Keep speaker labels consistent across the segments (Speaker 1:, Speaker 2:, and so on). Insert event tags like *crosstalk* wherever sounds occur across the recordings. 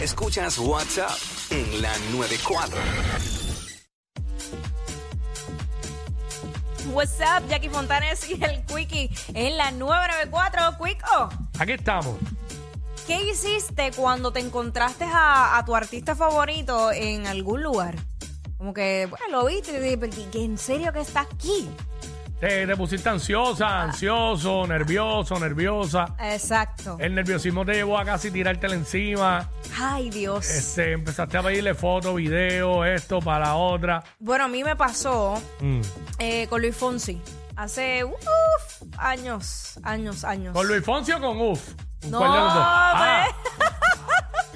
Speaker 1: Escuchas WhatsApp en la 94.
Speaker 2: What's up, Jackie Fontanes y el Quickie en la 994. Quico,
Speaker 3: Aquí estamos.
Speaker 2: ¿qué hiciste cuando te encontraste a, a tu artista favorito en algún lugar? Como que, bueno, lo viste y dije, pero ¿qué- qué- ¿en serio que está aquí?
Speaker 3: Te, te pusiste ansiosa, ansioso, nervioso, nerviosa.
Speaker 2: Exacto.
Speaker 3: El nerviosismo te llevó a casi tirártela encima.
Speaker 2: Ay, Dios.
Speaker 3: Este, empezaste a pedirle fotos, videos, esto para la otra.
Speaker 2: Bueno, a mí me pasó
Speaker 3: Mm.
Speaker 2: eh, con Luis Fonsi hace uf, años, años, años.
Speaker 3: ¿Con Luis Fonsi o con Uf?
Speaker 2: No,
Speaker 3: ¿Cuál de los dos? Ah,
Speaker 2: fue-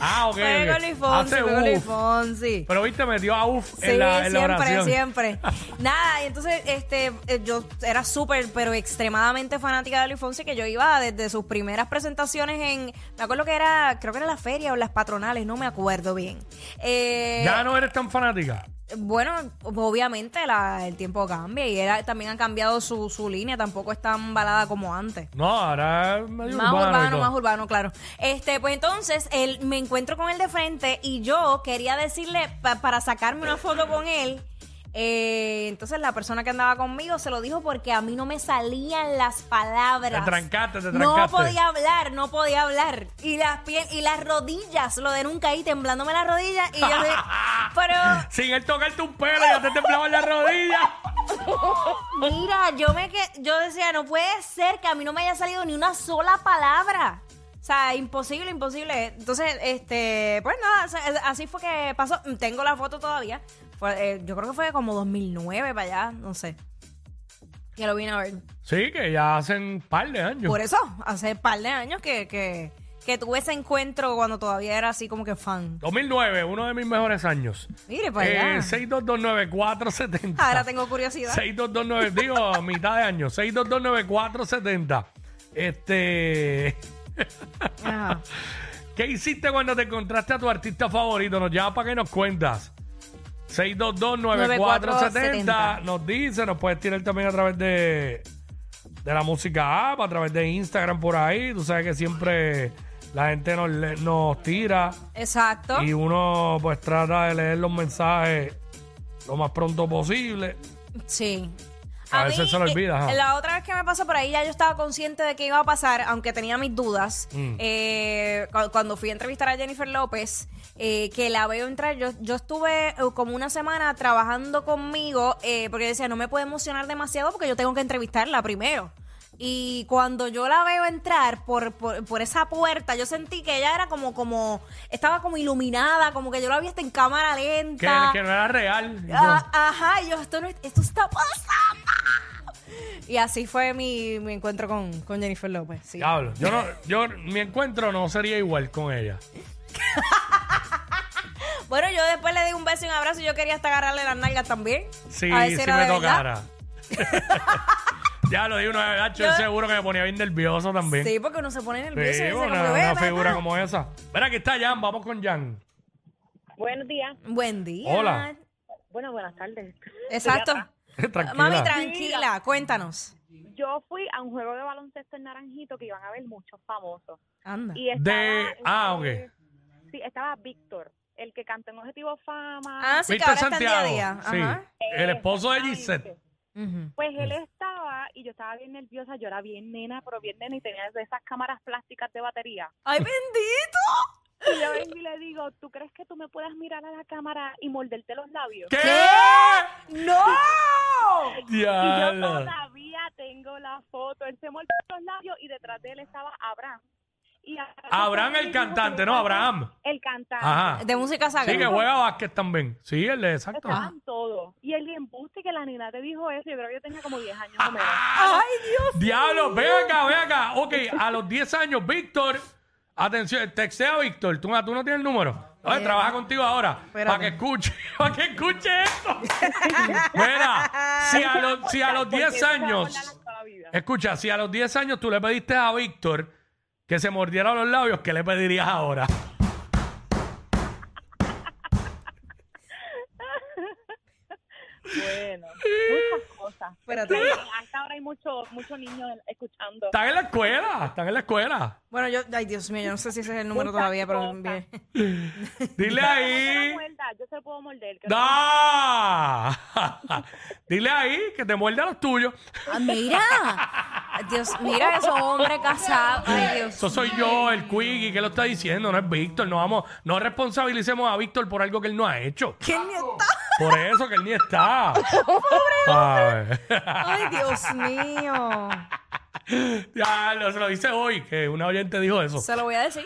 Speaker 3: ah, ok.
Speaker 2: fue
Speaker 3: ok.
Speaker 2: con Luis Fonsi,
Speaker 3: Hace
Speaker 2: fue con Luis
Speaker 3: Uf.
Speaker 2: Fonsi.
Speaker 3: Pero viste, metió a Uf
Speaker 2: Sí,
Speaker 3: en, la, en la
Speaker 2: siempre,
Speaker 3: oración. *laughs*
Speaker 2: siempre. Nada, y entonces este, eh, yo era súper, pero extremadamente fanática de Luis Fonsi, que yo iba desde sus primeras presentaciones en, me acuerdo que era, creo que era la feria o las patronales, no me acuerdo bien. Eh,
Speaker 3: Ya no eres tan fanática.
Speaker 2: Bueno, obviamente la- el tiempo cambia y era, también han cambiado su, su línea, tampoco es tan balada como antes.
Speaker 3: No, ahora es medio
Speaker 2: Más
Speaker 3: urbano
Speaker 2: urbano,
Speaker 3: y todo.
Speaker 2: más urbano, claro. Este, pues entonces, él, me encuentro con él de frente y yo quería decirle pa- para sacarme una foto con él. eh, entonces la persona que andaba conmigo se lo dijo porque a mí no me salían las palabras.
Speaker 3: Te trancaste, te
Speaker 2: No
Speaker 3: trancaste.
Speaker 2: podía hablar, no podía hablar. Y las pie- y las rodillas, lo de nunca ahí temblándome las rodillas y yo
Speaker 3: *laughs*
Speaker 2: de- pero
Speaker 3: Sin él tocarte un pelo, ya te temblaban las rodillas.
Speaker 2: Mira, yo me que yo decía, no puede ser que a mí no me haya salido ni una sola palabra. O sea, imposible, imposible. Entonces, este, pues nada, o sea, así fue que pasó. Tengo la foto todavía. Fue, eh, yo creo que fue como 2009 para allá, no sé. Que lo vine a ver.
Speaker 3: Sí, que ya hacen un par de años.
Speaker 2: Por eso, hace un par de años que, que, que tuve ese encuentro cuando todavía era así como que fan.
Speaker 3: 2009, uno de mis mejores años.
Speaker 2: Mire, para allá.
Speaker 3: Eh, 6229470.
Speaker 2: Pues Ahora tengo curiosidad.
Speaker 3: 6229470.
Speaker 2: *laughs*
Speaker 3: digo, mitad de año. 6229470. Este. *laughs*
Speaker 2: Ajá.
Speaker 3: ¿Qué hiciste cuando te encontraste a tu artista favorito? Nos llama para que nos cuentas. 6229470
Speaker 2: 9470.
Speaker 3: nos dice, nos puedes tirar también a través de, de la música app, a través de Instagram por ahí. Tú sabes que siempre la gente nos, le- nos tira
Speaker 2: Exacto.
Speaker 3: y uno pues trata de leer los mensajes lo más pronto posible.
Speaker 2: Sí.
Speaker 3: A veces se lo
Speaker 2: eh,
Speaker 3: olvida, ajá.
Speaker 2: La otra vez que me pasó por ahí, ya yo estaba consciente de que iba a pasar, aunque tenía mis dudas.
Speaker 3: Mm.
Speaker 2: Eh, cu- cuando fui a entrevistar a Jennifer López, eh, que la veo entrar, yo, yo estuve eh, como una semana trabajando conmigo, eh, porque decía, no me puedo emocionar demasiado porque yo tengo que entrevistarla primero. Y cuando yo la veo entrar por, por, por esa puerta, yo sentí que ella era como, como, estaba como iluminada, como que yo la vi hasta en cámara
Speaker 3: Que,
Speaker 2: lenta.
Speaker 3: que no era real. Y yo,
Speaker 2: Ah, ajá, y yo, esto, no, es- esto está pasando. Y así fue mi, mi encuentro con, con Jennifer López. sí.
Speaker 3: Diablo. Yo no, yo, mi encuentro no sería igual con ella.
Speaker 2: Bueno, yo después le di un beso y un abrazo y yo quería hasta agarrarle las nalgas también.
Speaker 3: Sí,
Speaker 2: A ver
Speaker 3: sí
Speaker 2: era
Speaker 3: me
Speaker 2: de verdad. *laughs*
Speaker 3: tocara. ya lo digo una vez, Nacho, yo
Speaker 2: Yo-
Speaker 3: seguro que me ponía bien nervioso también.
Speaker 2: Sí, porque uno se pone nervioso. y dice
Speaker 3: una,
Speaker 2: como que,
Speaker 3: una
Speaker 2: "Ve, ve,
Speaker 3: figura
Speaker 2: ve".
Speaker 3: como esa. Mira, aquí está Jan, vamos con Jan. *laughs*
Speaker 4: Buenos días.
Speaker 2: Buen día.
Speaker 3: Hola.
Speaker 4: Bueno, buenas tardes.
Speaker 2: Exacto.
Speaker 3: Tranquila.
Speaker 2: Mami, tranquila, cuéntanos.
Speaker 4: Yo fui a un juego de baloncesto en Naranjito que iban a ver muchos famosos.
Speaker 2: Anda.
Speaker 4: Y estaba,
Speaker 3: De- ah,
Speaker 4: eh, Sí, estaba Víctor, el que cantó en Objetivo Fama.
Speaker 2: Ah, sí, que
Speaker 3: Víctor
Speaker 2: ahora está en día a día.
Speaker 3: sí.
Speaker 2: Ajá.
Speaker 3: El esposo de
Speaker 4: Exactamente.
Speaker 3: Gisette.
Speaker 2: Ujú.
Speaker 4: Pues él estaba y yo estaba bien nerviosa, yo era bien nena, pero bien nena y tenía de esas cámaras plásticas de batería.
Speaker 2: Ay, bendito.
Speaker 4: Y yo vengo y le digo, ¿tú crees que tú me puedas mirar a la cámara y morderte los labios?
Speaker 3: ¿Qué?
Speaker 2: ¡No!
Speaker 3: *laughs*
Speaker 4: Y yo
Speaker 3: Diablo.
Speaker 4: todavía tengo la foto. Él se mordió los labios y detrás de él estaba Abraham. Y
Speaker 3: Abraham, el
Speaker 4: me dijo que
Speaker 3: cantante,
Speaker 4: me
Speaker 3: ¿no?
Speaker 4: encanta-
Speaker 3: Abraham.
Speaker 4: El cantante.
Speaker 3: Ajá.
Speaker 2: De música sagrada.
Speaker 3: Sí, que juega básquet también. Sí, el de exacto.
Speaker 2: Ah.
Speaker 4: Estaban todos. Y el embuste que la nena te dijo eso, yo creo que yo tenía como 10 años o menos.
Speaker 3: Ah,
Speaker 2: ¡Ay, Dios!
Speaker 3: Diablo, ve acá, ve acá. Ok, a los 10 años, Víctor. Atención, textea a Víctor. Tú, tú no tienes el número.
Speaker 2: Eh,
Speaker 3: Oye, trabaja contigo ahora. Para que escuche, *laughs* para que escuche esto. Mira, si a los, si a los
Speaker 4: Porque
Speaker 3: 10
Speaker 4: eso se va a
Speaker 3: años.
Speaker 4: acordar toda la vida.
Speaker 3: Escucha, si a los 10 años tú le pediste a Víctor que se mordiera los labios, ¿qué le pedirías ahora?
Speaker 4: Bueno, muchas cosas.
Speaker 2: Espérate.
Speaker 4: A esta hora hay muchos muchos niños escuchando.
Speaker 3: Están en la escuela, están en la escuela.
Speaker 2: Bueno, yo, ay, Dios mío, yo no sé si ese es el número todavía, pero bien.
Speaker 3: Dile
Speaker 4: Yo
Speaker 2: *laughs*
Speaker 3: ahí.
Speaker 4: yo se lo puedo morder. que
Speaker 3: ¡Da! *laughs* Dile ahí que te muerde a los tuyos.
Speaker 2: Ah, mira. Dios, mira esos hombres casados. Ay, Dios.
Speaker 3: Eso soy yo, el Quiggy, que lo está diciendo, no es Víctor. No vamos, no responsabilicemos a Víctor por algo que él no ha hecho.
Speaker 2: ¿Quién está?
Speaker 3: Por eso que él ni está. Ay. *laughs*
Speaker 2: Ay, Dios mío.
Speaker 3: Ya, lo- se lo dice hoy, que una oyente dijo eso.
Speaker 2: Se lo voy a decir.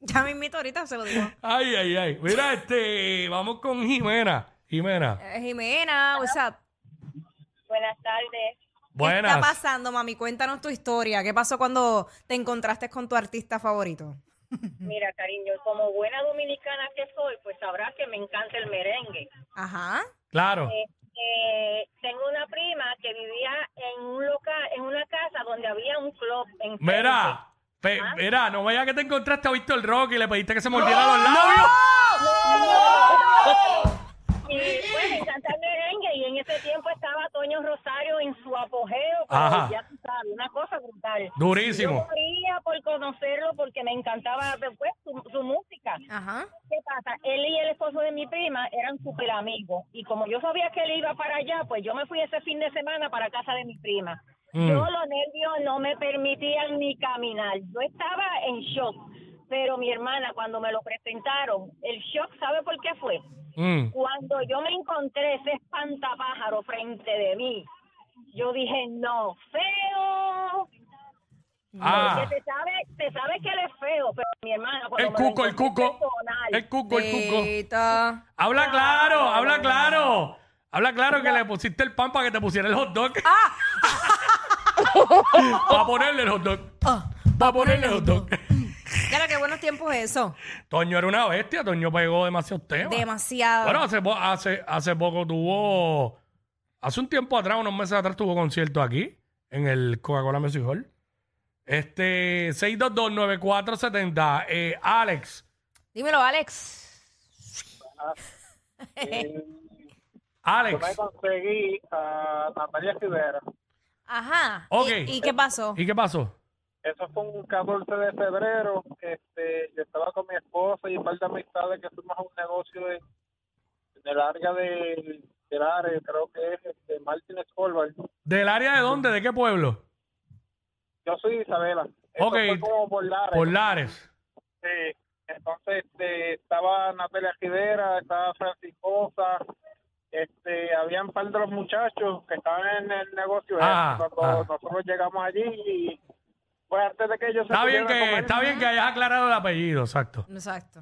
Speaker 2: Ya me invito ahorita, se lo digo.
Speaker 3: Ay, ay, ay. Mira, este, vamos con Jimena. Jimena.
Speaker 2: Eh, Jimena, o sea,
Speaker 4: Buenas tardes.
Speaker 2: ¿qué está
Speaker 3: Buenas.
Speaker 2: pasando, mami? Cuéntanos tu historia. ¿Qué pasó cuando te encontraste con tu artista favorito?
Speaker 4: Mira, cariño, como buena dominicana que soy, pues sabrás que me encanta el merengue.
Speaker 2: Ajá.
Speaker 3: Claro.
Speaker 4: Este, tengo una prima que vivía en un local, en una casa donde había un club. En
Speaker 3: Mira, pe- mira, no vaya que te encontraste a Víctor Rock y le pediste que se mordiera los labios.
Speaker 4: Y pues me encanta el merengue y en ese tiempo estaba Toño Rosario en su apogeo, como
Speaker 3: Ajá.
Speaker 4: ya tú sabes, una cosa brutal. Yo
Speaker 3: Durísimo.
Speaker 4: moría por conocerlo porque me encantaba pues, su, su música.
Speaker 2: Ajá.
Speaker 4: ¿Qué pasa? Él y el esposo de mi prima eran súper amigos. Y como yo sabía que él iba para allá, pues yo me fui ese fin de semana para casa de mi prima.
Speaker 3: Mm.
Speaker 4: Yo los nervios no me permitían ni caminar. Yo estaba en shock. Pero mi hermana, cuando me lo presentaron, el shock, ¿sabe por qué fue?
Speaker 3: Mm.
Speaker 4: Cuando yo me encontré ese espantapájaro frente de mí, yo dije, no, feo.
Speaker 3: Ah,
Speaker 4: Porque te sabe, te sabe que él es feo, pero mi hermana... cuando
Speaker 3: el
Speaker 4: me lo
Speaker 3: cuco, el
Speaker 4: encontré
Speaker 3: cuco.
Speaker 4: personal,
Speaker 3: El Ah, cuco, el cuco.
Speaker 2: Beta.
Speaker 3: Habla claro, habla claro. Habla claro que le pusiste el pan para que te pusiera el hot dog. *laughs* para ponerle el hot dog. para Ah, ponerle el hot dog.
Speaker 2: Claro, qué buenos tiempos eso.
Speaker 3: Toño era una bestia, Toño pegó demasiados temas.
Speaker 2: Demasiado.
Speaker 3: Bueno, hace, po- hace, hace poco tuvo. Hace un tiempo atrás, unos meses atrás, tuvo concierto aquí, en el Coca-Cola Music Hall. Este, 6229470. Eh, Alex,
Speaker 2: Dímelo, Alex.
Speaker 5: Yo me
Speaker 3: Alex.
Speaker 5: conseguí a Natalia Rivera.
Speaker 2: Ajá.
Speaker 3: Ok.
Speaker 2: ¿Y, y qué pasó?
Speaker 3: ¿Y qué pasó?
Speaker 5: Eso fue un 14 de febrero. Este, yo estaba con mi esposa y un par de amistades que fuimos a un negocio de- en el área de, del área, creo que es este, Martínez Colbert.
Speaker 3: ¿Del área de dónde? ¿De qué pueblo?
Speaker 5: Yo soy Isabela. Eso
Speaker 3: Ok.
Speaker 5: fue como por Lares.
Speaker 3: Por Lares.
Speaker 5: Sí. Entonces este, estaba Natalia Rivera, estaba Franciscosa. Este, había un par de los muchachos que estaban en el negocio. ese.
Speaker 3: Ah,
Speaker 5: Cuando
Speaker 3: ah.
Speaker 5: nosotros llegamos allí y pues antes de que ellos se
Speaker 3: Está bien,
Speaker 5: pudieran
Speaker 3: que,
Speaker 5: comer-
Speaker 3: está bien que hayas aclarado el apellido, exacto.
Speaker 2: Exacto.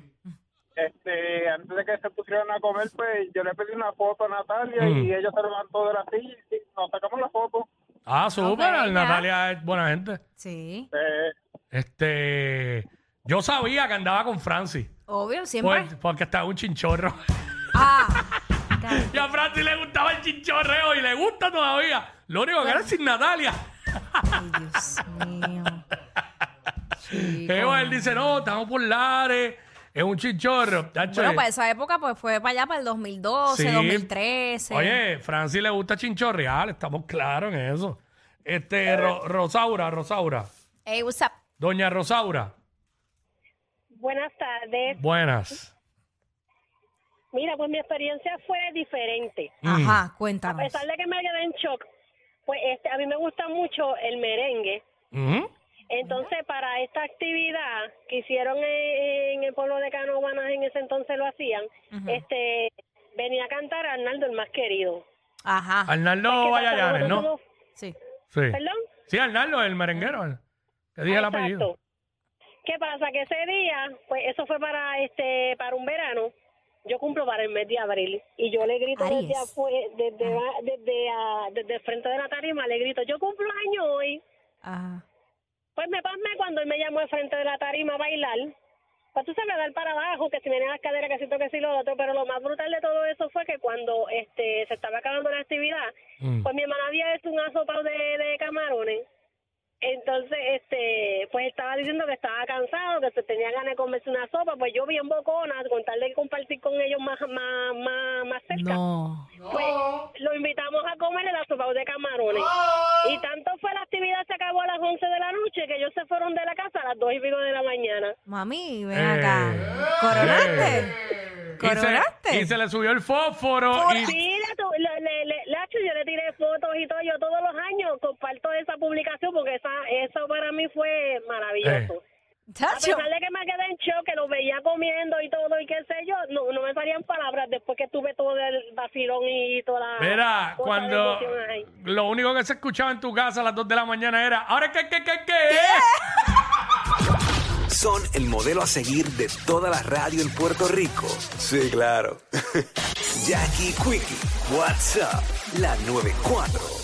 Speaker 5: este, antes de que se pusieran a comer, pues yo le pedí una foto a Natalia
Speaker 3: Mm.
Speaker 5: y ella se levantó de la silla y nos sacamos la foto.
Speaker 3: Ah, súper.
Speaker 2: Ok, ya.
Speaker 3: Natalia es buena gente.
Speaker 2: Sí.
Speaker 5: Eh,
Speaker 3: Este. Yo sabía que andaba con Francis.
Speaker 2: Obvio, siempre.
Speaker 3: Pues, porque estaba un chinchorro.
Speaker 2: Ah.
Speaker 3: Y a Francis le gustaba el chinchorreo y le gusta todavía. Lo único que era sin Natalia.
Speaker 2: Ay, Dios mío.
Speaker 3: *laughs*
Speaker 2: Chico.
Speaker 3: Pero él dice, no, estamos por Lares, es un chinchorro. Tacho,
Speaker 2: Bueno,
Speaker 3: eh,
Speaker 2: para esa época, pues fue para allá, para el 2012,
Speaker 3: sí.
Speaker 2: 2013.
Speaker 3: Oye, Francis le gusta chinchorrear, estamos claros en eso.
Speaker 2: Eh.
Speaker 3: Este, Ro- Rosaura, Rosaura,
Speaker 2: Hey, what's up?
Speaker 3: doña Rosaura,
Speaker 4: Buenas tardes.
Speaker 3: buenas.
Speaker 4: Mira, pues mi experiencia fue diferente.
Speaker 3: Mm.
Speaker 2: Ajá,
Speaker 4: A
Speaker 2: cuéntanos.
Speaker 4: pesar de que me quedé en shock, pues este, a mí me gusta mucho el merengue.
Speaker 3: Ujú.
Speaker 5: Entonces, para esta actividad que hicieron en, en el pueblo de Canovanas, en ese entonces lo hacían, este venía a cantar Arnaldo, el más querido.
Speaker 2: Ajá.
Speaker 3: Arnaldo Vallallanes, ¿no?
Speaker 2: Sí.
Speaker 3: Sí.
Speaker 5: ¿Perdón?
Speaker 3: Sí, Arnaldo, el merenguero. Que
Speaker 2: Ah,
Speaker 3: dije el
Speaker 5: Exacto.
Speaker 3: apellido.
Speaker 5: ¿Qué pasa? Que ese día, pues eso fue para este para un verano. Yo cumplo para el mes de abril y yo le grito desde,
Speaker 2: Aries.
Speaker 5: afue- desde, va- desde, ah, desde el frente de la tarima, le grito, yo cumplo año hoy.
Speaker 2: Ajá.
Speaker 5: Pues me pasmé cuando él me llamó al frente de la tarima a bailar. Pues tú sabes, a dar para abajo, que si vienen las caderas, que si esto, que si lo otro. Pero lo más brutal de todo eso fue que cuando este se estaba acabando la actividad,
Speaker 3: Mm.
Speaker 5: pues mi hermana había hecho un asopado de, de camarones. Entonces, este, pues estaba diciendo que estaba cansado, que se tenía ganas de comerse una sopa. Pues yo bien bocona, con tal de compartir con ellos más, más, más, más cerca.
Speaker 2: No.
Speaker 5: Pues lo invitamos a comer el asopado de camarones. Y tanto fue la actividad, se acabó a las 11 de la noche, que ellos se fueron de la casa a las 2 y pico de la mañana.
Speaker 2: Mami, ven
Speaker 3: Eh.
Speaker 2: acá.
Speaker 3: Y
Speaker 2: ¿Coronaste?
Speaker 3: se- Y
Speaker 2: ¿Coronaste?
Speaker 3: se, le subió el fósforo. Y,
Speaker 5: Sí, le tu- le, le- le- Lacho, yo le tiré fotos y todo. Yo todos los años comparto esa publicación porque esa, eso para mí fue maravilloso. A
Speaker 2: Chacho.
Speaker 5: pesar de que me quedé en shock, que lo veía comiendo y todo y qué sé yo, no, no me salían palabras después que tuve todo el vacilón y toda la...
Speaker 3: Mira,
Speaker 5: cosa de
Speaker 3: cuando
Speaker 5: emoción ahí.
Speaker 3: lo único que se escuchaba en tu casa a las 2 de la mañana era, ahora que, que, que, que.
Speaker 1: Son el modelo a seguir de toda la radio en Puerto Rico. Sí, *laughs* claro. Jackie Quickie, WhatsApp, la 94.